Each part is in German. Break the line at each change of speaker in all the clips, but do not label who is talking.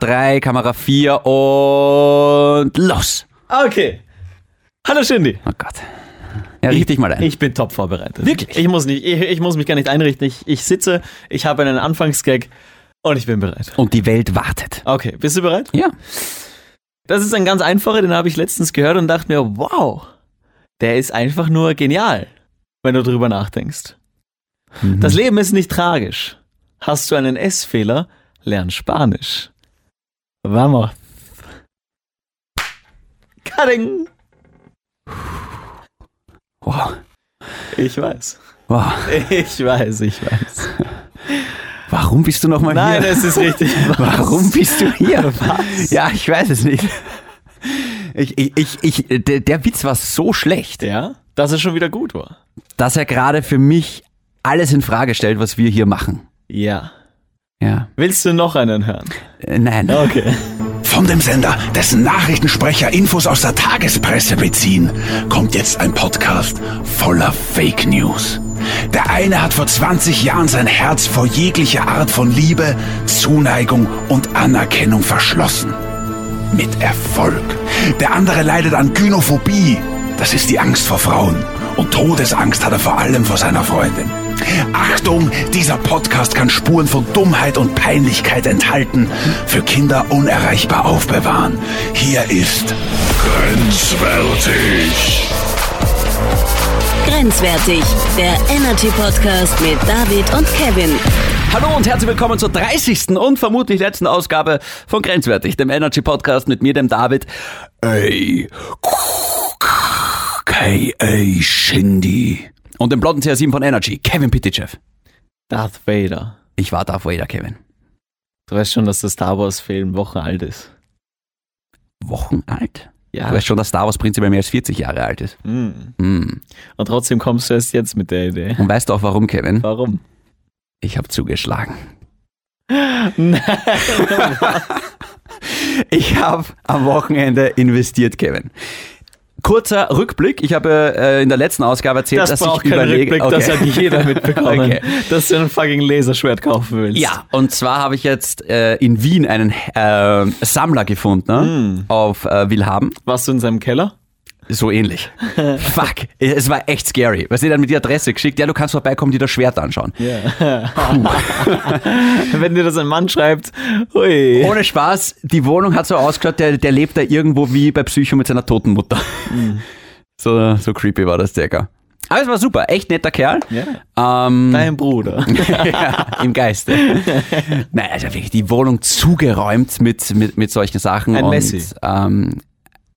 3, Kamera 4 und los!
Ah, Okay. Hallo Shindy.
Oh Gott. Ja, riech dich mal ein.
Ich bin top vorbereitet.
Wirklich?
Ich muss, nicht, ich, ich muss mich gar nicht einrichten. Ich, ich sitze, ich habe einen Anfangsgag und ich bin bereit.
und die Welt wartet.
Okay, bist du bereit?
Ja.
Das ist ein ganz einfacher, den habe ich letztens gehört und dachte mir, wow, der ist einfach nur genial, wenn du drüber nachdenkst. Das
Mhm.
Leben ist nicht tragisch. Hast du einen S-Fehler, lern Spanisch. Vamos. Cutting.
Wow.
Ich weiß.
Wow.
Ich weiß, ich weiß.
Warum bist du nochmal hier?
Nein, es ist richtig.
Warum bist du hier?
Was?
Ja, ich weiß es nicht. Ich, ich, ich, ich, der, der Witz war so schlecht,
Ja, dass es schon wieder gut war.
dass er gerade für mich alles in Frage stellt, was wir hier machen.
Ja.
Ja.
Willst du noch einen hören?
Äh, Nein.
Okay.
Von dem Sender, dessen Nachrichtensprecher Infos aus der Tagespresse beziehen, kommt jetzt ein Podcast voller Fake News. Der eine hat vor 20 Jahren sein Herz vor jeglicher Art von Liebe, Zuneigung und Anerkennung verschlossen. Mit Erfolg. Der andere leidet an Gynophobie. Das ist die Angst vor Frauen. Und Todesangst hat er vor allem vor seiner Freundin. Achtung, dieser Podcast kann Spuren von Dummheit und Peinlichkeit enthalten, für Kinder unerreichbar aufbewahren. Hier ist Grenzwertig.
Grenzwertig, der Energy Podcast mit David und Kevin.
Hallo und herzlich willkommen zur 30. und vermutlich letzten Ausgabe von Grenzwertig, dem Energy Podcast mit mir, dem David. Ey. K.A. Shindy. Und dem blonden CR7 von Energy, Kevin Pitychev.
Darth Vader.
Ich war Darth Vader, Kevin.
Du weißt schon, dass der Star Wars-Film Wochen alt ist.
Wochen alt?
Ja.
Du weißt schon, dass Star Wars prinzipiell mehr als 40 Jahre alt ist.
Hm.
Mm.
Und trotzdem kommst du erst jetzt mit der Idee.
Und weißt du auch warum, Kevin?
Warum?
Ich habe zugeschlagen. ich habe am Wochenende investiert, Kevin. Kurzer Rückblick. Ich habe äh, in der letzten Ausgabe erzählt,
Das
dass ich
braucht keinen
überlege.
Rückblick, das hat jeder mitbekommen,
Okay.
dass du ein fucking Laserschwert kaufen willst.
Ja, und zwar habe ich jetzt äh, in Wien einen äh, Sammler gefunden ne? auf äh, Willhaben.
Warst du in seinem Keller?
So ähnlich. Fuck, es war echt scary. Was sie dann mit die Adresse geschickt? Ja, du kannst vorbeikommen, dir das Schwert anschauen.
Wenn dir das ein Mann schreibt, hui.
Ohne Spaß, die Wohnung hat so ausgeschaut, der, der lebt da irgendwo wie bei Psycho mit seiner toten Mutter. So, so creepy war das, Decker. Aber es war super, echt netter Kerl. Ähm,
Dein Bruder.
ja, Im Geiste. Nein, also wirklich die Wohnung zugeräumt mit, mit, mit solchen Sachen.
Ein
und,
Messi.
Ähm,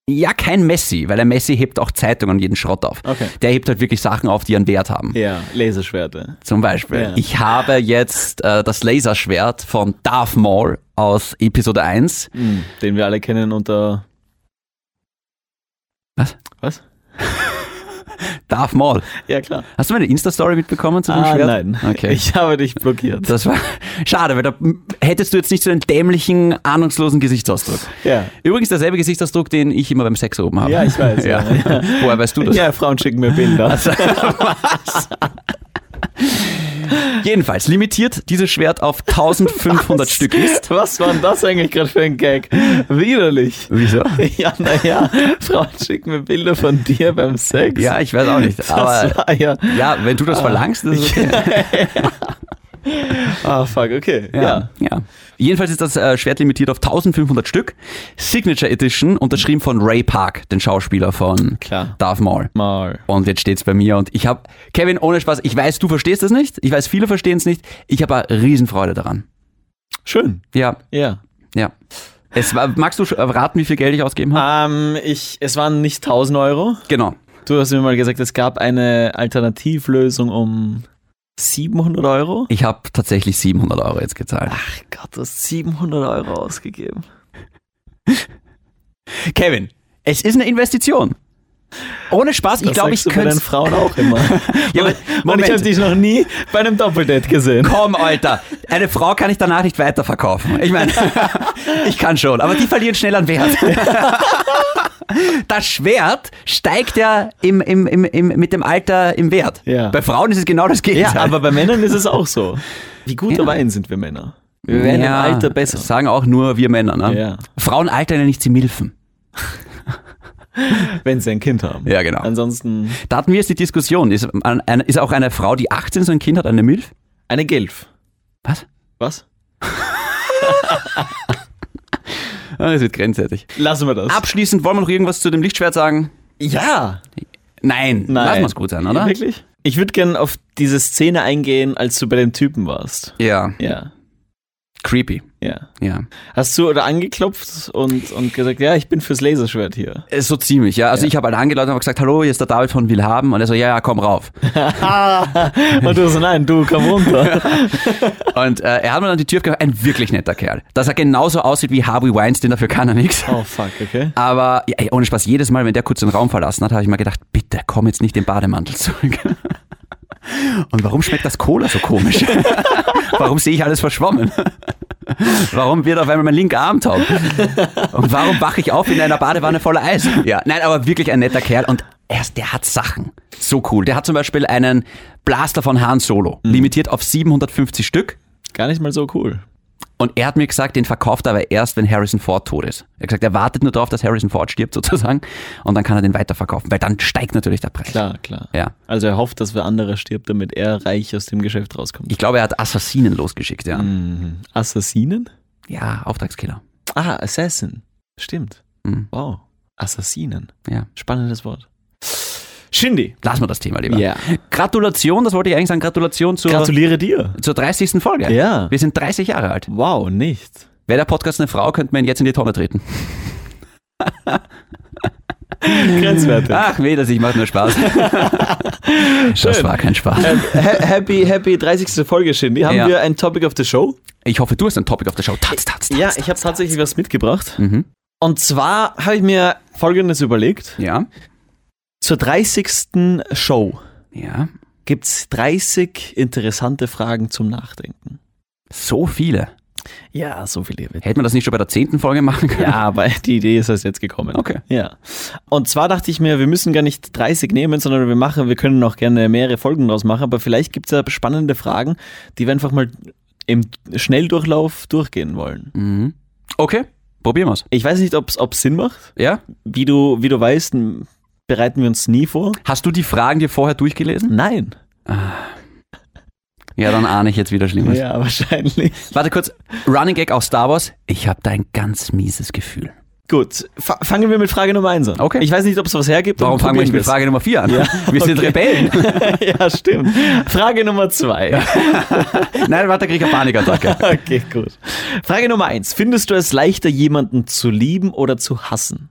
ja, kein Messi, weil ein Messi hebt auch Zeitungen und jeden Schrott auf.
Okay.
Der hebt halt wirklich Sachen auf, die einen Wert haben.
Ja, Laserschwerte.
Zum Beispiel.
Ja.
Ich habe jetzt äh, das Laserschwert von Darth Maul aus Episode 1
Hm, Den wir alle kennen unter.
Was?
Was?
Darth Maul.
Ja, klar.
Hast du meine Insta-Story mitbekommen zu dem
Ah,
Schwert?
nein.
Okay.
Ich habe dich blockiert.
das war schade, weil da m- hättest du jetzt nicht so einen dämlichen, ahnungslosen Gesichtsausdruck.
Ja.
Übrigens derselbe Gesichtsausdruck, den ich immer beim Sex oben habe.
Ja, ich weiß, ja.
Woher weißt du das?
Ja, Frauen schicken mir Bilder.
Jedenfalls limitiert dieses Schwert auf 1500 Stück ist.
Was war denn das eigentlich gerade für ein Gag? Widerlich.
Wieso?
Ja, naja, Frauen schicken mir Bilder von dir beim Sex.
Ja, ich weiß auch nicht.
das
Aber
war ja.
ja, wenn du das verlangst, das ist okay.
Ah, fuck, okay. Ja.
ja. Jedenfalls ist das äh, Schwert limitiert auf 1500 Stück. Signature Edition, unterschrieben von Ray Park, den Schauspieler von
Klar.
Darth Maul.
Mal.
Und jetzt steht's bei mir und ich habe Kevin ohne Spaß. Ich weiß, du verstehst es nicht. Ich weiß, viele verstehen es nicht. Ich habe aber Riesenfreude daran.
Schön.
Ja,
Ja.
ja. Es war, magst du sch- äh, raten, wie viel Geld ich ausgegeben habe?
Ähm, ich, es waren nicht 1000 Euro.
Genau.
Du hast mir mal gesagt, es gab eine Alternativlösung um 700 Euro.
Ich habe tatsächlich 700 Euro jetzt gezahlt.
Ach Gott, du hast 700 Euro ausgegeben.
Kevin, es ist eine Investition. Ohne Spaß, ich
Das
glaube, ich
sagst du bei
könnte.
den Frauen auch immer.
Ja, aber-
Und ich habe
Moment.
dich noch nie bei einem Doppeldate gesehen.
Komm, Alter, eine Frau kann ich danach nicht weiterverkaufen. Ich meine, ich kann schon, aber die verlieren schnell an Wert. Das Schwert steigt ja im, im, im, im, mit dem Alter im Wert.
Ja.
Bei Frauen ist es genau das Gegenteil.
Ja, aber bei Männern ist es auch so. Wie gute
Ja.
Wein sind wir Männer? Wir werden im Alter besser.
Das sagen auch nur wir Männer. Ne?
Ja.
Frauen altern ja nicht, sie milfen.
Wenn sie ein Kind haben.
Ja, genau.
Ansonsten
Da hatten wir jetzt die Diskussion. Ist, ein- ein- ist auch eine Frau, die 18 so ein Kind hat, eine Milf?
eine Gilf.
Was?
Was?
Ah, Das wird grenzwertig.
Lassen wir das.
Abschließend wollen wir noch irgendwas zu dem Lichtschwert sagen?
Ja.
Nein.
Nein.
Lassen wir es gut sein, oder?
Wirklich? Ich würde gerne auf diese Szene eingehen, als du bei dem Typen warst.
Ja.
Ja.
Creepy.
Ja.
Ja.
Hast du oder angeklopft und, und gesagt, ja, ich bin fürs Laserschwert hier.
Äh, So ziemlich, ja. Also ich habe einen angeladen und habe gesagt, hallo, hier ist der David von Wilhaben. Und er so, ja, ja, komm rauf.
und du so, nein, du, komm runter.
Und äh, er hat mir dann die Tür aufgemacht. Ein wirklich netter Kerl. Dass er genauso aussieht wie Harvey Weinstein, dafür kann er nichts.
oh, fuck, okay.
Aber ja, ey, ohne Spaß, jedes Mal, wenn der kurz den Raum verlassen hat, habe ich mir gedacht, bitte komm jetzt nicht im Bademantel zurück. Und warum schmeckt das Cola so komisch? warum sehe ich alles verschwommen? Warum wird auf einmal mein linker Arm taub? Und warum wache ich auf in einer Badewanne voller Eis? Ja, nein, aber wirklich ein netter Kerl und erst der hat Sachen. So cool. Der hat zum Beispiel einen Blaster von Han Solo, limitiert auf 750 Stück.
Gar nicht mal so cool.
Und er hat mir gesagt, den verkauft er aber erst, wenn Harrison Ford tot ist. Er hat gesagt, er wartet nur darauf, dass Harrison Ford stirbt sozusagen und dann kann er den weiterverkaufen, weil dann steigt natürlich der Preis.
Klar, klar.
Ja.
Also er hofft, dass wer anderer stirbt, damit er reich aus dem Geschäft rauskommt.
Ich glaube, er hat Assassinen losgeschickt, ja.
Mhm. Assassinen?
Ja, Auftragskiller.
Ah, Assassin. Stimmt.
Mhm.
Wow. Assassinen.
Ja.
Spannendes Wort. Shindy.
Lassen wir das Thema lieber.
Ja.
Gratulation, das wollte ich eigentlich sagen, Gratulation zur,
Gratuliere dir.
zur 30. Folge.
Ja.
Wir sind 30 Jahre alt.
Wow, nicht.
Wäre der Podcast eine Frau, könnte man ihn jetzt in die Tonne treten.
Grenzwertig.
Ach, weh, das ich mache nur Spaß. Das war kein Spaß.
Ha- Happy, happy 30. Folge, Shindy. Haben
Ja.
wir ein Topic of the Show?
Ich hoffe, du hast ein Topic auf der Show. Taz, taz, taz.
Ja, ich habe tatsächlich was mitgebracht.
Mhm.
Und zwar habe ich mir Folgendes überlegt.
Ja.
Zur 30. Show
Ja.
gibt es 30 interessante Fragen zum Nachdenken.
So viele.
Ja, so viel Liebe.
Hätte man das nicht schon bei der 10. Folge machen können?
Ja, aber die Idee ist erst jetzt gekommen.
Okay.
Ja. Und zwar dachte ich mir, wir müssen gar nicht 30 nehmen, sondern wir machen, wir können auch gerne mehrere Folgen draus machen, aber vielleicht gibt es da spannende Fragen, die wir einfach mal im Schnelldurchlauf durchgehen wollen.
Mhm. Okay, probieren wir's.
Ich weiß nicht, ob es Sinn macht.
Ja?
Wie du, wie du weißt, m- bereiten wir uns nie vor.
Hast du die Fragen dir vorher durchgelesen?
Nein.
Ja, dann ahne ich jetzt wieder Schlimmes.
Ja, wahrscheinlich.
Warte kurz, Running Gag aus Star Wars. Ich habe da ein ganz mieses Gefühl.
Gut, fa fangen wir mit Frage Nummer 1 an.
Okay.
Ich weiß nicht, ob es was hergibt.
Warum
aber
fangen wir nicht mit
probieren
Frage Nummer 4 an?
Ja,
Wir sind
okay.
Rebellen.
wir's. ja, stimmt. Frage Nummer 2.
Nein, warte, krieg ich eine Panikattacke.
Okay, gut. Frage Nummer eins. Findest du es leichter, jemanden zu lieben oder zu hassen?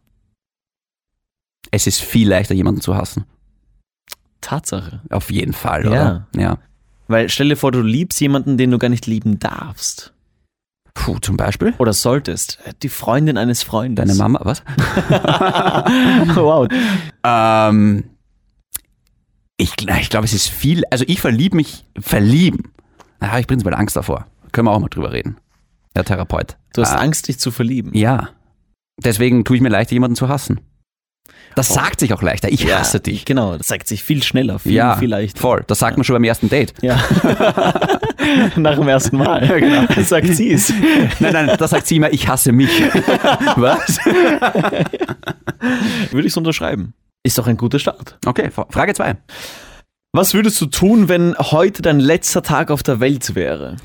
Es ist viel leichter, jemanden zu hassen.
Tatsache.
Auf jeden Fall, oder? Ja. ja.
Weil stell dir vor, du liebst jemanden, den du gar nicht lieben darfst
Puh, zum Beispiel?
oder solltest. Äh, Die Freundin eines Freundes.
Deine Mama, was?
wow.
Ähm, ich gl- ich glaube, es ist viel, also ich verliebe mich, verlieben. Da habe ich prinzipiell Angst davor. Können wir auch mal drüber reden. Der Therapeut.
Du hast
Ah.
Angst, dich zu verlieben.
Ja. Deswegen tue ich mir leichter, jemanden zu hassen. Das sagt sich auch leichter. Ich
Oh. Ja,
hasse dich.
Genau, das sagt sich viel schneller, viel,
ja,
viel leichter.
voll. Das sagt man schon beim ersten Date.
Ja. Nach dem ersten Mal. genau. Das sagt sie es.
Nein, nein, das sagt sie immer, ich hasse mich. Was?
Würde ich es unterschreiben. Ist doch ein guter Start.
Okay, Fra- Frage 2.
Was würdest du tun, wenn heute dein letzter Tag auf der Welt wäre?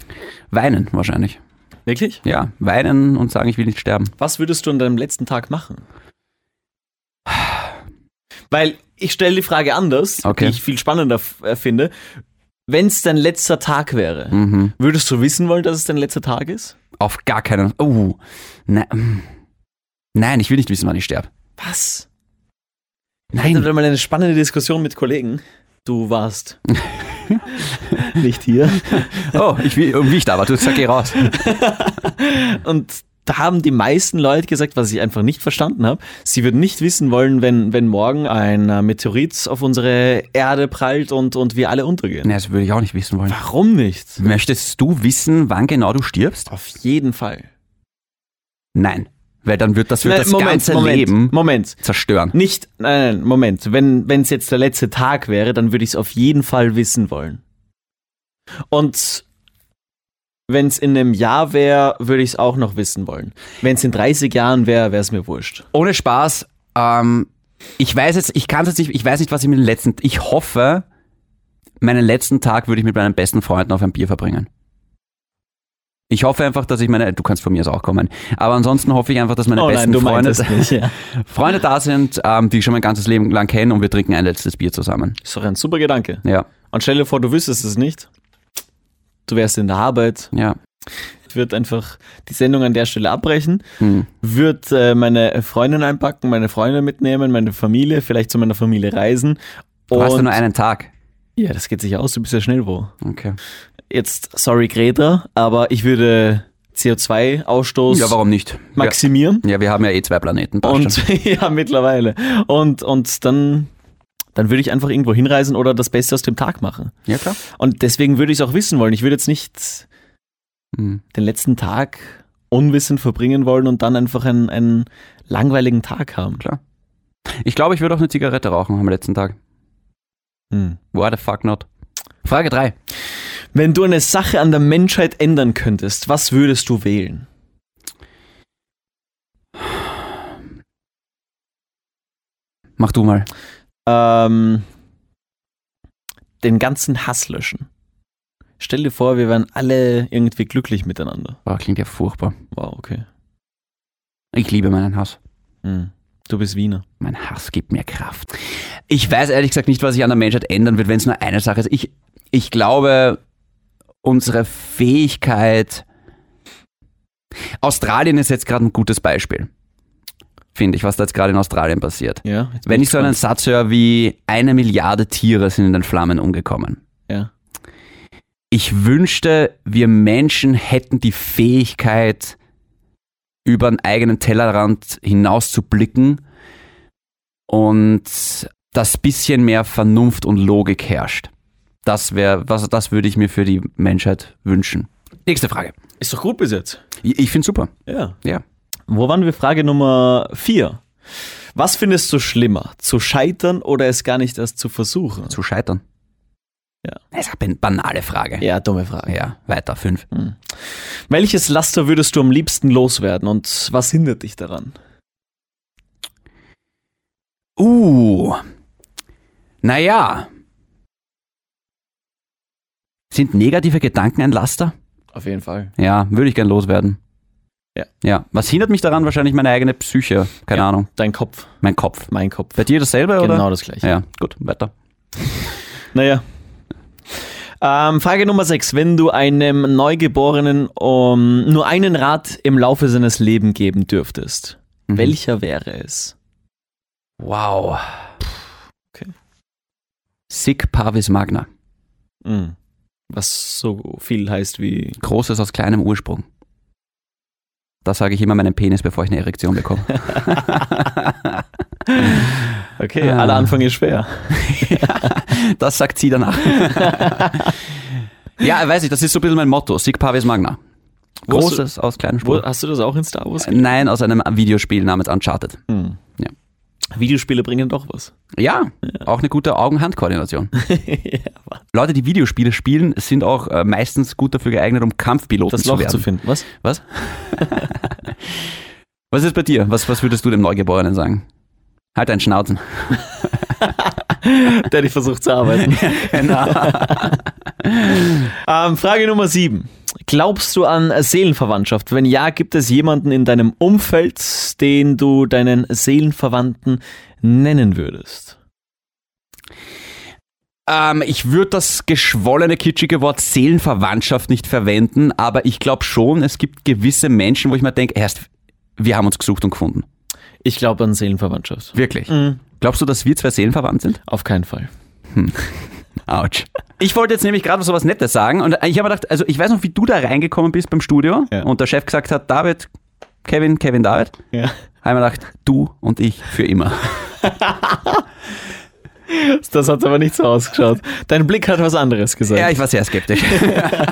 Weinen wahrscheinlich.
Wirklich?
Ja, weinen und sagen, ich will nicht sterben.
Was würdest du an deinem letzten Tag machen? Weil ich stelle die Frage anders,
Okay.
die ich viel spannender f- äh, finde. Wenn es dein letzter Tag wäre,
Mhm.
würdest du wissen wollen, dass es dein letzter Tag ist?
Auf gar keinen. Oh. Ne, mm. nein, ich will nicht wissen, wann ich sterbe.
Was? Ich
Nein.
hatte mal eine spannende Diskussion mit Kollegen. Du warst nicht hier.
Oh, ich will irgendwie ich da war. Du sag geh raus.
Und da haben die meisten Leute gesagt, was ich einfach nicht verstanden habe, sie würden nicht wissen wollen, wenn, wenn morgen ein äh, Meteorit auf unsere Erde prallt und, und wir alle untergehen.
Nee, das würde ich auch nicht wissen wollen.
Warum nicht?
Möchtest du wissen, wann genau du stirbst?
Auf jeden Fall.
Nein. Weil dann wird das, wird
Nein,
das ganze Leben
Moment.
zerstören.
Nicht, nein, nein, Moment. Wenn es jetzt der letzte Tag wäre, dann würde ich es auf jeden Fall wissen wollen. Und Wenn es in einem Jahr wäre, würde ich es auch noch wissen wollen. Wenn es in 30 Jahren wäre, wäre es mir wurscht.
Ohne Spaß, ähm, ich weiß jetzt, ich kann jetzt nicht, ich weiß nicht, was ich mit dem letzten, ich hoffe, meinen letzten Tag würde ich mit meinen besten Freunden auf ein Bier verbringen. Ich hoffe einfach, dass ich meine, du kannst von mir aus auch kommen, aber ansonsten hoffe ich einfach, dass meine
oh nein,
besten
du
Freunde,
meintest nicht. Ja.
Freunde da sind, ähm, die ich schon mein ganzes Leben lang kenne und wir trinken ein letztes Bier zusammen.
Ist doch ein super Gedanke.
Ja,
Und stell dir vor, du wüsstest es nicht. Du wärst in der Arbeit.
ja.
Ich würde einfach die Sendung an der Stelle abbrechen.
Hm.
Würde äh, meine Freundin einpacken, meine Freunde mitnehmen, meine Familie, vielleicht zu meiner Familie reisen.
Du hast ja
Und-
nur einen Tag.
Ja, das geht sich aus. Du bist ja schnell wo.
Okay.
Jetzt, sorry Greta, aber ich würde CO2-Ausstoß
Ja, warum nicht?
maximieren.
Ja, wir haben ja eh zwei Planeten. passt schon.
Und ja, mittlerweile. Und, und dann, dann würde ich einfach irgendwo hinreisen oder das Beste aus dem Tag machen.
ja, klar.
Und deswegen würde ich es auch wissen wollen. Ich würde jetzt nicht
Hm.
den letzten Tag unwissend verbringen wollen und dann einfach einen, einen langweiligen Tag haben.
Ich glaube, ich würde auch eine Zigarette rauchen am letzten Tag.
Hm.
Why the fuck not? Frage 3.
Wenn du eine Sache an der Menschheit ändern könntest, was würdest du wählen?
Mach du mal.
Ähm, den ganzen Hass löschen. Stell dir vor, wir wären alle irgendwie glücklich miteinander.
Boah, klingt ja furchtbar.
Wow, okay.
Ich liebe meinen Hass.
Hm. Du bist Wiener.
Mein Hass gibt mir Kraft. Ich weiß ehrlich gesagt nicht, was sich an der Menschheit ändern wird, wenn es nur eine Sache ist. Ich, ich glaube, unsere Fähigkeit. Australien ist jetzt gerade ein gutes Beispiel. Finde ich, was da jetzt gerade in Australien passiert.
Ja. jetzt bin
Wenn ich so einen
gespannt.
Satz höre wie eine Milliarde Tiere sind in den Flammen umgekommen.
Ja.
Ich wünschte, wir Menschen hätten die Fähigkeit, über den eigenen Tellerrand hinaus zu blicken und das bisschen mehr Vernunft und Logik herrscht. Das wäre, was, das würde ich mir für die Menschheit wünschen. Nächste Frage.
Ist doch gut bis jetzt.
Ich, ich finde super.
Ja.
Ja.
Wo waren wir? Frage Nummer vier. Was findest du schlimmer? Zu scheitern oder es gar nicht erst zu versuchen?
Zu scheitern.
Ja.
Das ist eine banale Frage.
Ja, dumme Frage.
ja weiter. Fünf.
Welches Laster würdest du am liebsten loswerden und was hindert dich daran?
Uh. Naja. Sind negative Gedanken ein Laster?
Auf jeden Fall.
Ja, würde ich gern loswerden.
Ja.
Ja. Was hindert mich daran? Wahrscheinlich meine eigene Psyche. Keine
Ja.
Ahnung.
Dein Kopf,
Mein Kopf.
mein Kopf.
Bei dir dasselbe, oder?
Genau das gleiche.
Ja, gut, weiter.
Naja. Ähm, Frage Nummer 6. Wenn du einem Neugeborenen ähm, nur einen Rat im Laufe seines Lebens geben dürftest,
Mhm.
welcher wäre es?
Wow.
okay.
Sic Parvis Magna.
Mhm. Was so viel heißt wie.
Großes aus kleinem Ursprung. Das sage ich immer meinem Penis, bevor ich eine Erektion bekomme.
Okay,
Ah.
aller Anfang ist schwer.
Das sagt sie danach. ja, weiß ich, das ist so ein bisschen mein Motto. Sic Parvis Magna.
Wo hast du-
Großes aus kleinem
Wo,
Sprung.
hast du das auch in Star Wars? ge-
Nein, aus einem Videospiel namens Uncharted.
Mhm.
Ja.
Videospiele bringen doch was.
Ja, auch eine gute Augen-Hand-Koordination.
ja,
Leute, die Videospiele spielen, sind auch äh, meistens gut dafür geeignet, um Kampfpiloten
das
zu
Loch
werden.
zu finden. Was?
Was? was ist bei dir? Was, was würdest du dem Neugeborenen sagen? Halt deinen Schnauzen.
Der hat dich versucht zu arbeiten. Ähm, Frage Nummer 7. Glaubst du an Seelenverwandtschaft? Wenn ja, gibt es jemanden in deinem Umfeld, den du deinen Seelenverwandten nennen würdest?
Ähm, ich würde das geschwollene, kitschige Wort Seelenverwandtschaft nicht verwenden, aber ich glaube schon, es gibt gewisse Menschen, wo ich mir denke, erst, wir haben uns gesucht und gefunden.
Ich glaube an Seelenverwandtschaft.
Wirklich.
Mhm.
Glaubst du, dass wir zwei Seelenverwandt sind?
Auf keinen Fall.
Autsch. Ich wollte jetzt nämlich gerade so was Nettes sagen und ich habe mir gedacht, also ich weiß noch, wie du da reingekommen bist beim Studio
Ja.
und der Chef gesagt hat, David, Kevin, Kevin, David.
Ja.
Habe ich mir gedacht, du und ich für immer.
Das hat aber nicht so ausgeschaut. Dein Blick hat was anderes gesagt.
Ja, ich war sehr skeptisch.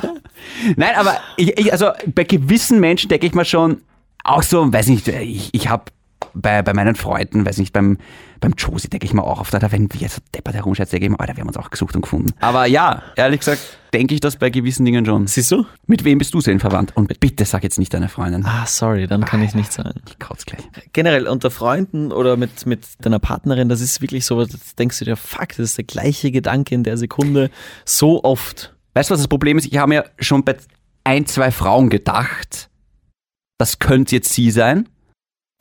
Nein, aber ich, ich, also bei gewissen Menschen denke ich mal schon, auch so, weiß nicht, ich, ich habe bei, bei meinen Freunden, weiß nicht, beim, beim Josi denke ich mir auch oft, da wenn wir so deppert herumschätzen, denke ich mir, oh, da haben wir uns auch gesucht und gefunden. Aber ja, ehrlich gesagt, denke ich das bei gewissen Dingen schon.
Siehst du?
Mit wem bist du sehr verwandt? Und bitte sag jetzt nicht deine Freundin.
Ah, sorry, dann kann ich nicht sagen.
Ich kaut's gleich.
Generell unter Freunden oder mit, mit deiner Partnerin, das ist wirklich so, das denkst du dir, fuck, das ist der gleiche Gedanke in der Sekunde so oft.
Weißt du, was das Problem ist? Ich habe mir schon bei ein, zwei Frauen gedacht, das könnte jetzt sie sein.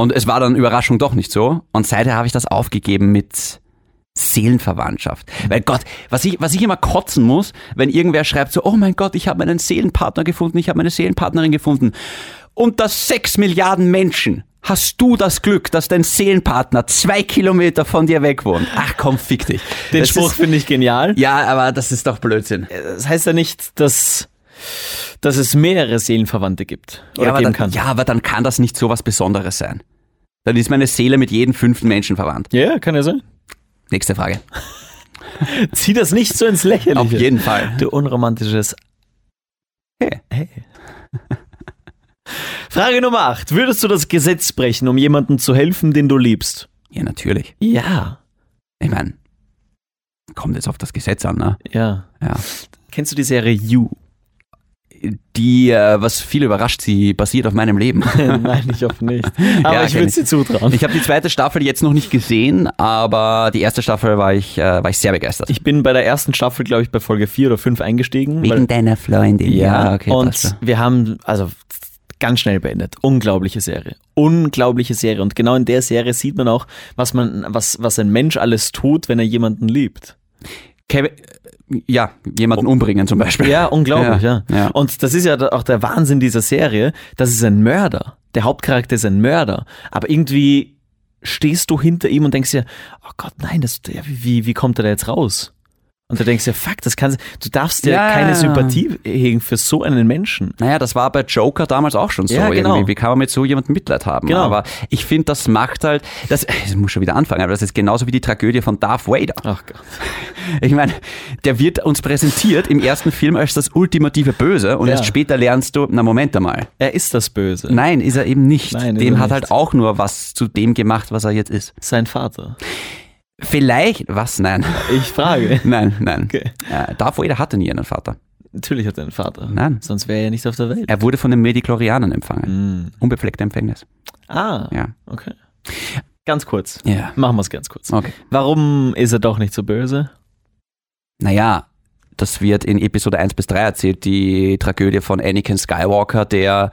Und es war dann Überraschung doch nicht so. Und seither habe ich das aufgegeben mit Seelenverwandtschaft. Weil Gott, was ich, was ich immer kotzen muss, wenn irgendwer schreibt so, oh mein Gott, ich habe meinen Seelenpartner gefunden, ich habe meine Seelenpartnerin gefunden. Unter sechs Milliarden Menschen hast du das Glück, dass dein Seelenpartner zwei Kilometer von dir weg wohnt. Ach komm, fick dich.
Den
Das
Spruch
Ist,
finde ich genial.
ja, aber das ist doch Blödsinn.
Das heißt ja nicht, dass, dass es mehrere Seelenverwandte gibt oder
ja, aber
geben
dann,
kann.
ja, aber dann kann das nicht so was Besonderes sein. Dann ist meine Seele mit jedem fünften Menschen verwandt.
ja, kann ja sein.
Nächste Frage.
Zieh das nicht so ins Lächerliche.
Auf jeden Fall.
Du unromantisches.
Hey.
Frage Nummer 8. Würdest du das Gesetz brechen, um jemandem zu helfen, den du liebst?
Ja, natürlich.
Ja.
Ich meine, kommt jetzt auf das Gesetz an, ne?
Ja.
Ja.
Kennst du die Serie You?
Die, äh, was viel überrascht, sie basiert auf meinem Leben.
Nein, ich hoffe nicht. Aber
Ja,
ich
kenn
würde
ich.
sie zutrauen.
Ich habe die zweite Staffel jetzt noch nicht gesehen, aber die erste Staffel war ich, äh, war ich sehr begeistert.
Ich bin bei der ersten Staffel, glaube ich, bei Folge 4 oder 5 eingestiegen. weil-
deiner Freundin. Ja, okay. passt
Und
schon.
wir haben, also ganz schnell beendet. Unglaubliche Serie. Unglaubliche Serie. Und genau in der Serie sieht man auch, was man, was, was ein Mensch alles tut, wenn er jemanden liebt.
Kevin, äh, ja, jemanden umbringen zum Beispiel.
Ja, unglaublich, ja.
Ja. ja.
Und das ist ja da- auch der Wahnsinn dieser Serie. Das ist ein Mörder. Der Hauptcharakter ist ein Mörder. Aber irgendwie stehst du hinter ihm und denkst dir, oh Gott, nein, das, ja, wie- wie, wie kommt er da jetzt raus? Und du denkst dir, fuck, das kannst du darfst dir
Ja.
keine Sympathie hegen für so einen Menschen.
Naja, das war bei Joker damals auch schon so.
Ja, genau.
irgendwie. Wie kann man mit so jemandem Mitleid haben?
Genau.
Aber ich finde, das macht halt, das, ich muss schon wieder anfangen, aber das ist genauso wie die Tragödie von Darth Vader.
Ach Gott.
Ich meine, der wird uns präsentiert im ersten Film als das ultimative Böse und
Ja.
erst später lernst du, na Moment einmal.
Er ist das Böse.
Nein, ist er eben nicht.
Nein, ist
Dem
er
hat
nicht.
halt auch nur was zu dem gemacht, was er jetzt ist.
Sein Vater.
Vielleicht, was? Nein.
Ich frage.
Nein, nein.
Okay.
Äh, Darth Vader hatte nie einen Vater.
Natürlich hat er einen Vater.
Nein.
Sonst wäre er ja nicht auf der Welt. Hm.
Er wurde von den Mediklorianern
Mhm.
empfangen. Unbefleckte Empfängnis.
Ah,
Ja.
okay. Ganz kurz.
Ja.
Machen wir es ganz kurz.
Okay.
Warum ist er doch nicht so böse?
Naja, das wird in Episode 1 bis 3 erzählt, die Tragödie von Anakin Skywalker, der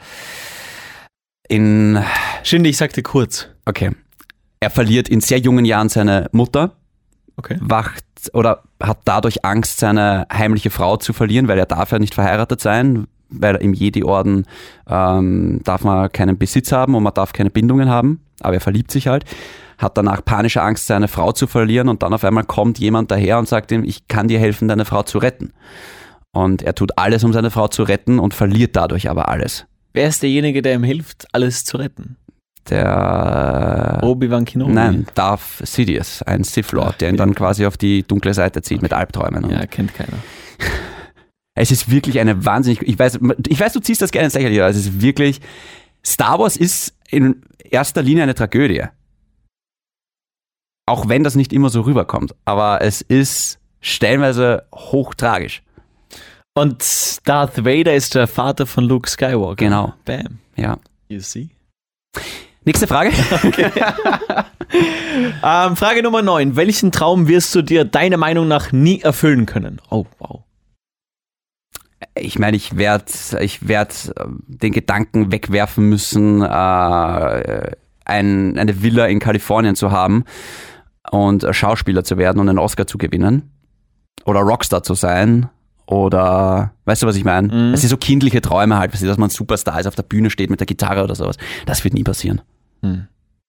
in,
Schinde, ich sagte kurz.
okay, er verliert in sehr jungen Jahren seine Mutter,
Okay.
wacht oder hat dadurch Angst, seine heimliche Frau zu verlieren, weil er darf ja nicht verheiratet sein, weil im Jedi-Orden ähm, darf man keinen Besitz haben und man darf keine Bindungen haben, aber er verliebt sich halt, hat danach panische Angst, seine Frau zu verlieren und dann auf einmal kommt jemand daher und sagt ihm, ich kann dir helfen, deine Frau zu retten. Und er tut alles, um seine Frau zu retten und verliert dadurch aber alles.
Wer ist derjenige, der ihm hilft, alles zu retten?
Der
Obi-Wan Kenobi?
Nein, Darth Sidious, ein Sith Lord, der ihn dann quasi auf die dunkle Seite zieht mit Albträumen. Und
Ja, kennt keiner.
Es ist wirklich eine wahnsinnig. Ich weiß, ich weiß, du ziehst das gerne ins Lächerliche, aber es ist wirklich. Star Wars ist in erster Linie eine Tragödie. Auch wenn das nicht immer so rüberkommt. Aber es ist stellenweise hochtragisch.
Und Darth Vader ist der Vater von Luke Skywalker.
Genau.
Bam.
Ja.
You see?
Nächste Frage.
Ähm, Frage Nummer 9. Welchen Traum wirst du dir deiner Meinung nach nie erfüllen können? Oh, wow.
Ich meine, ich werde ich werd äh, den Gedanken wegwerfen müssen, äh, ein, eine Villa in Kalifornien zu haben und äh, Schauspieler zu werden und einen Oscar zu gewinnen. Oder Rockstar zu sein. Oder, weißt du, was ich meine? Es sind so kindliche Träume halt, weißt du, dass man Superstar ist, auf der Bühne steht mit der Gitarre oder sowas. Das wird nie passieren.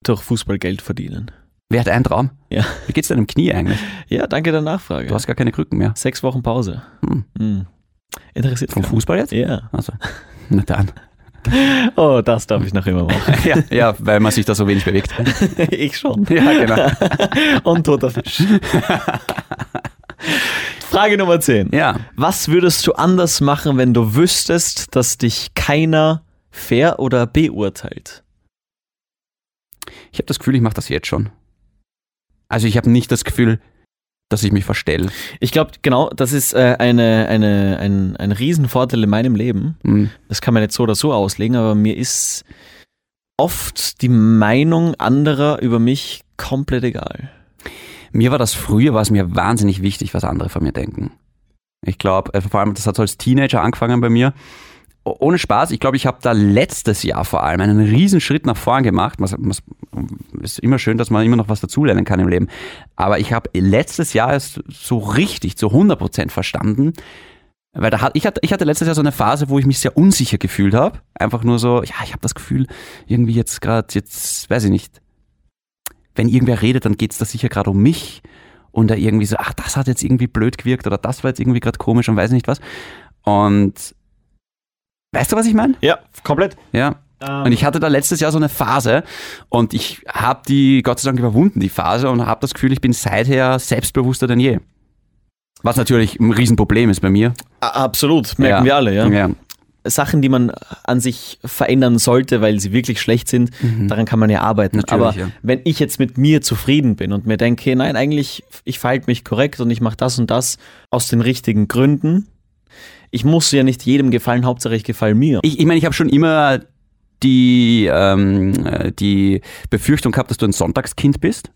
Durch Fußball Geld verdienen.
Wer hat einen Traum?
Ja.
Wie geht's deinem Knie eigentlich?
Ja, danke der Nachfrage.
Du hast gar keine Krücken mehr.
Sechs Wochen Pause. Hm. Interessiert
Vom
keinen.
Fußball jetzt?
Ja.
Also, na dann.
Oh, das darf ich noch immer machen.
Ja, ja, weil man sich da so wenig bewegt.
ich schon.
Ja, genau.
Und toter Fisch. Frage Nummer 10.
Ja.
Was würdest du anders machen, wenn du wüsstest, dass dich keiner fair oder beurteilt?
Ich habe das Gefühl, ich mache das jetzt schon. Also ich habe nicht das Gefühl, dass ich mich verstelle.
Ich glaube, genau, das ist äh, eine, eine, ein, ein Riesenvorteil in meinem Leben.
Hm.
Das kann man jetzt so oder so auslegen, aber mir ist oft die Meinung anderer über mich komplett egal.
Mir war das früher, war es mir wahnsinnig wichtig, was andere von mir denken. Ich glaube, äh, vor allem, das hat so als Teenager angefangen bei mir. O- Ohne Spaß, ich glaube, ich habe da letztes Jahr vor allem einen riesen Schritt nach vorn gemacht. Was, was, ist immer schön, dass man immer noch was dazulernen kann im Leben. Aber ich habe letztes Jahr erst so richtig, zu 100% verstanden, weil da hat, ich, hatte, ich hatte letztes Jahr so eine Phase, wo ich mich sehr unsicher gefühlt habe. Einfach nur so, ja, ich habe das Gefühl, irgendwie jetzt gerade, jetzt weiß ich nicht, wenn irgendwer redet, dann geht's da sicher gerade um mich. Und da irgendwie so, ach, das hat jetzt irgendwie blöd gewirkt oder das war jetzt irgendwie gerade komisch und weiß nicht was. Und weißt du, was ich meine?
Ja, komplett.
Ja. Und ich hatte da letztes Jahr so eine Phase und ich habe die, Gott sei Dank, überwunden, die Phase und habe das Gefühl, ich bin seither selbstbewusster denn je. Was natürlich ein Riesenproblem ist bei mir.
Absolut, merken wir alle, ja.
ja.
Sachen, die man an sich verändern sollte, weil sie wirklich schlecht sind, daran kann man ja arbeiten.
Mhm. Natürlich,
Aber
ja.
wenn ich jetzt mit mir zufrieden bin und mir denke, nein, eigentlich, ich verhalte mich korrekt und ich mache das und das aus den richtigen Gründen, ich muss ja nicht jedem gefallen, Hauptsache ich gefalle mir.
Ich meine, ich, mein, ich habe schon immer die, ähm, äh, die Befürchtung gehabt, dass du ein Sonntagskind bist.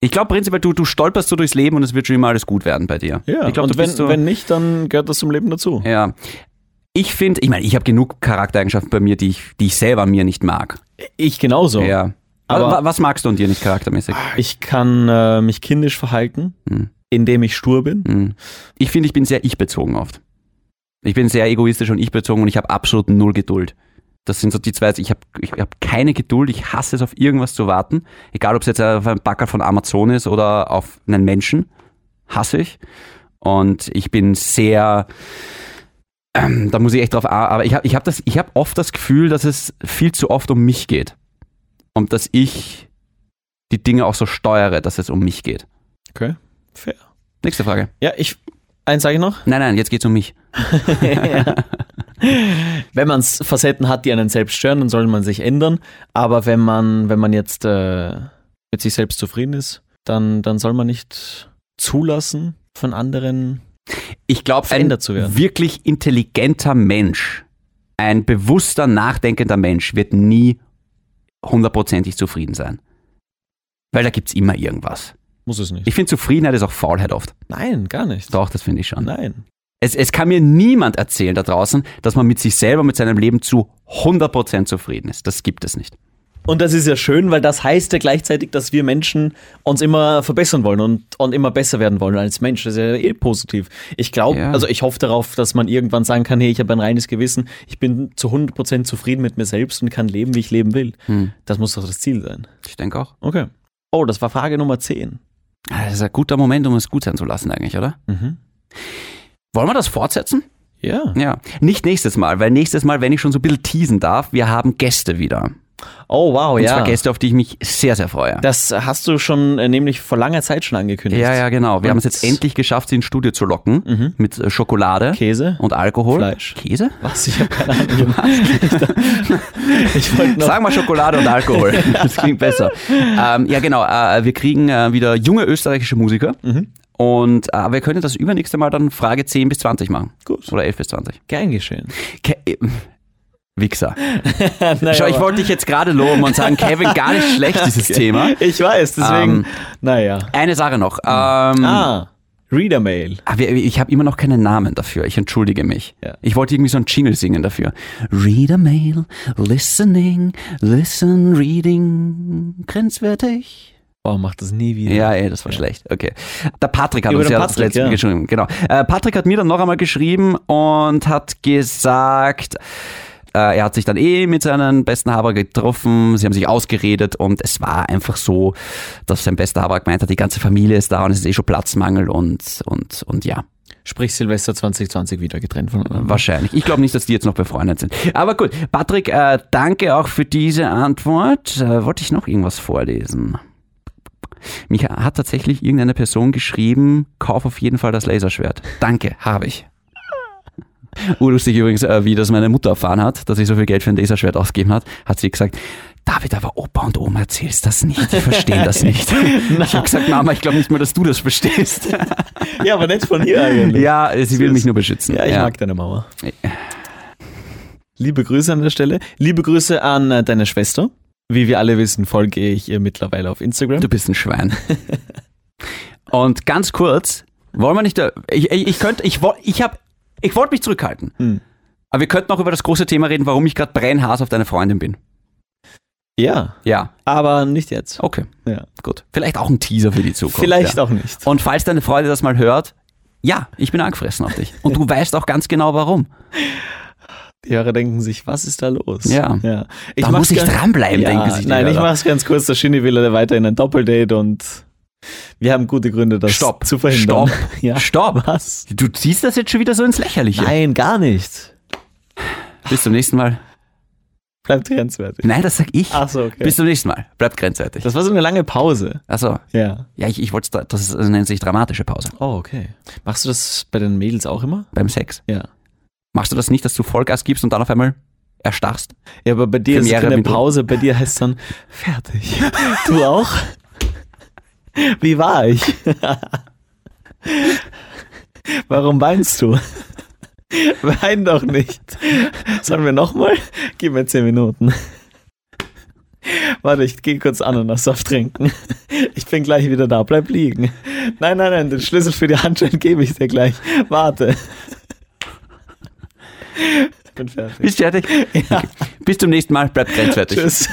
Ich glaube prinzipiell, du, du stolperst so durchs Leben und es wird schon immer alles gut werden bei dir. ich glaub,
und
du
wenn,
bist so,
wenn nicht, dann gehört das zum Leben dazu.
ja. Ich finde, ich meine, ich habe genug Charaktereigenschaften bei mir, die ich, die ich selber an mir nicht mag.
Ich genauso.
Ja.
Aber-
Aber was, magst du an dir nicht charaktermäßig?
Ich kann äh, mich kindisch verhalten,
Hm.
indem ich stur bin.
Hm. Ich finde, ich bin sehr ich-bezogen oft. Ich bin sehr egoistisch und ich-bezogen und ich habe absolut null Geduld. Das sind so die zwei. also Ich habe ich hab keine Geduld. Ich hasse es, auf irgendwas zu warten. Egal, ob es jetzt auf einen Backer von Amazon ist oder auf einen Menschen. Hasse ich. Und ich bin sehr. Ähm, da muss ich echt drauf. ar- Aber ich habe ich hab das- ich hab oft das Gefühl, dass es viel zu oft um mich geht. Und dass ich die Dinge auch so steuere, dass es um mich geht.
Okay, fair.
Nächste Frage.
Ja, ich, eins sage ich noch.
Nein, nein, jetzt geht's um mich.
Wenn man Facetten hat, die einen selbst stören, dann soll man sich ändern. Aber wenn man, wenn man jetzt äh, mit sich selbst zufrieden ist, dann, dann soll man nicht zulassen von anderen.
Ich glaube, ein
Verändert zu werden.
wirklich intelligenter Mensch, ein bewusster, nachdenkender Mensch wird nie hundertprozentig zufrieden sein. Weil da gibt's immer irgendwas.
Muss es nicht.
Ich finde, Zufriedenheit ist auch Faulheit oft.
Nein, gar nicht.
Doch, das finde ich schon.
Nein.
Es, es kann mir niemand erzählen da draußen, dass man mit sich selber, mit seinem Leben zu 100% zufrieden ist. Das gibt es nicht.
Und das ist ja schön, weil das heißt ja gleichzeitig, dass wir Menschen uns immer verbessern wollen und, und immer besser werden wollen als Mensch. Das ist ja eh positiv. Ich glaube,
Ja.
also ich hoffe darauf, dass man irgendwann sagen kann, hey, ich habe ein reines Gewissen, ich bin zu 100% zufrieden mit mir selbst und kann leben, wie ich leben will.
Hm.
Das muss doch das Ziel sein.
Ich denke auch. ah,
Okay. Oh, das war Frage Nummer 10.
Das ist ein guter Moment, um es gut sein zu lassen eigentlich, oder?
Mhm.
Wollen wir das fortsetzen?
Ja.
Ja, nicht nächstes Mal, weil nächstes Mal, wenn ich schon so ein bisschen teasen darf, wir haben Gäste wieder.
Oh, wow,
Und
ja.
zwar Gäste, auf die ich mich sehr, sehr freue.
Das hast du schon äh, nämlich vor langer Zeit schon angekündigt.
ja, ja, genau. Wir
Und-
haben es jetzt endlich geschafft, sie ins Studio zu locken
Mhm.
mit äh, Schokolade
Käse.
und Alkohol.
Fleisch.
Käse?
Was? Ich habe keine Ahnung. ich wollte noch.
Sag mal Schokolade und Alkohol. Das klingt besser. Ähm, ja, genau. Äh, wir kriegen äh, wieder junge österreichische Musiker.
Mhm.
Und äh, wir können das übernächste Mal dann Frage 10 bis 20 machen.
Gut.
Oder 11 bis 20.
Gern geschehen.
Ke äh, Wichser.
Naja,
Schau, ich
aber-
wollte dich jetzt gerade loben und sagen, Kevin, gar nicht schlecht, dieses Thema.
Ich weiß, deswegen.
Ähm,
naja.
Eine Sache noch. Ähm,
Ah, Reader-Mail.
Ah, wir- Ich habe immer noch keinen Namen dafür. Ich entschuldige mich.
Ja.
Ich wollte irgendwie so einen Jingle singen dafür. Read a mail, listening, listen, reading, grenzwertig.
Wow, mach das nie wieder.
Ja, ey, das war schlecht. Okay. Der Patrick hat
Über
uns
den
ja das
Patrick,
letzte
ja.
geschrieben. Genau. Äh, Patrick hat mir dann noch einmal geschrieben und hat gesagt, äh, er hat sich dann eh mit seinem besten Haber getroffen, sie haben sich ausgeredet und es war einfach so, dass sein bester Haber gemeint hat, die ganze Familie ist da und es ist eh schon Platzmangel und, und, und ja.
Sprich Silvester 2020 wieder getrennt voneinander.
Wahrscheinlich. Ich glaube nicht, dass die jetzt noch befreundet sind. Aber gut, Patrick, äh, danke auch für diese Antwort. Äh, wollte ich noch irgendwas vorlesen? Mich hat tatsächlich irgendeine Person geschrieben, kauf auf jeden Fall das Laserschwert. Danke, habe ich. Oh, Urlustig übrigens, äh, wie das meine Mutter erfahren hat, dass ich so viel Geld für ein Laserschwert ausgegeben hat, hat sie gesagt, David, aber Opa und Oma erzählst das nicht. Die verstehen das nicht. ich habe gesagt, Mama, ich glaube nicht mal, dass du das verstehst.
Ja, aber nicht von ihr eigentlich.
ja, sie will mich nur beschützen.
Ja, ich mag deine Mauer. Liebe Grüße an der Stelle. Liebe Grüße an äh, deine Schwester. Wie wir alle wissen, folge ich ihr mittlerweile auf Instagram.
Du bist ein Schwein. Und ganz kurz, wollen wir nicht, da- ich, ich, ich könnte, ich, woll- ich hab, ich wollte mich zurückhalten.
Hm.
Aber wir könnten noch über das große Thema reden, warum ich gerade brennhaas auf deine Freundin bin.
ja,
Ja,
aber nicht jetzt.
okay,
Ja.
gut. Vielleicht auch ein Teaser für die Zukunft.
Vielleicht
Oh. ja.
auch nicht.
Und falls deine Freundin das mal hört, ja, ich bin angefressen auf dich. Und du weißt auch ganz genau warum.
Die Hörer denken sich, was ist da los?
Ja.
ja.
Da
mach's
muss ich
ganz-
dranbleiben,
ja,
denken sich die
Nein, ich
Hörer.
mache es ganz kurz. Der Shinny will weiterhin ein Doppeldate und wir haben gute Gründe, das
Stopp.
zu verhindern.
Stopp.
Ja.
Stopp.
Was?
Du ziehst das jetzt schon wieder so ins Lächerliche.
Nein, gar nicht.
Bis zum nächsten Mal.
Bleibt grenzwertig.
Nein, das sag ich.
Ach so, okay.
Bis zum nächsten Mal. Bleibt grenzwertig. Also,
Das war so eine lange Pause.
Achso.
Ja.
Ja, ich, ich wollte, da- das, ist- das nennt sich dramatische Pause.
Oh, okay. Machst du das bei den Mädels auch immer?
Beim Sex.
Ja.
Machst du das nicht, dass du Vollgas gibst und dann auf einmal erstarrst?
Ja, aber bei dir ist
Premiere
keine
mit-
Pause, bei dir heißt dann fertig. Du auch? Wie war ich? Warum weinst du? Wein doch nicht. Sollen wir nochmal? Gib mir zehn Minuten. Warte, ich gehe kurz Ananassaft trinken. Ich bin gleich wieder da. Bleib liegen. Nein, nein, nein, den Schlüssel für die Handschuhe gebe ich dir gleich. Warte. Ich bin fertig.
Bist fertig? Okay. Bis zum nächsten Mal. Bleibt grenzwertig.
Tschüss.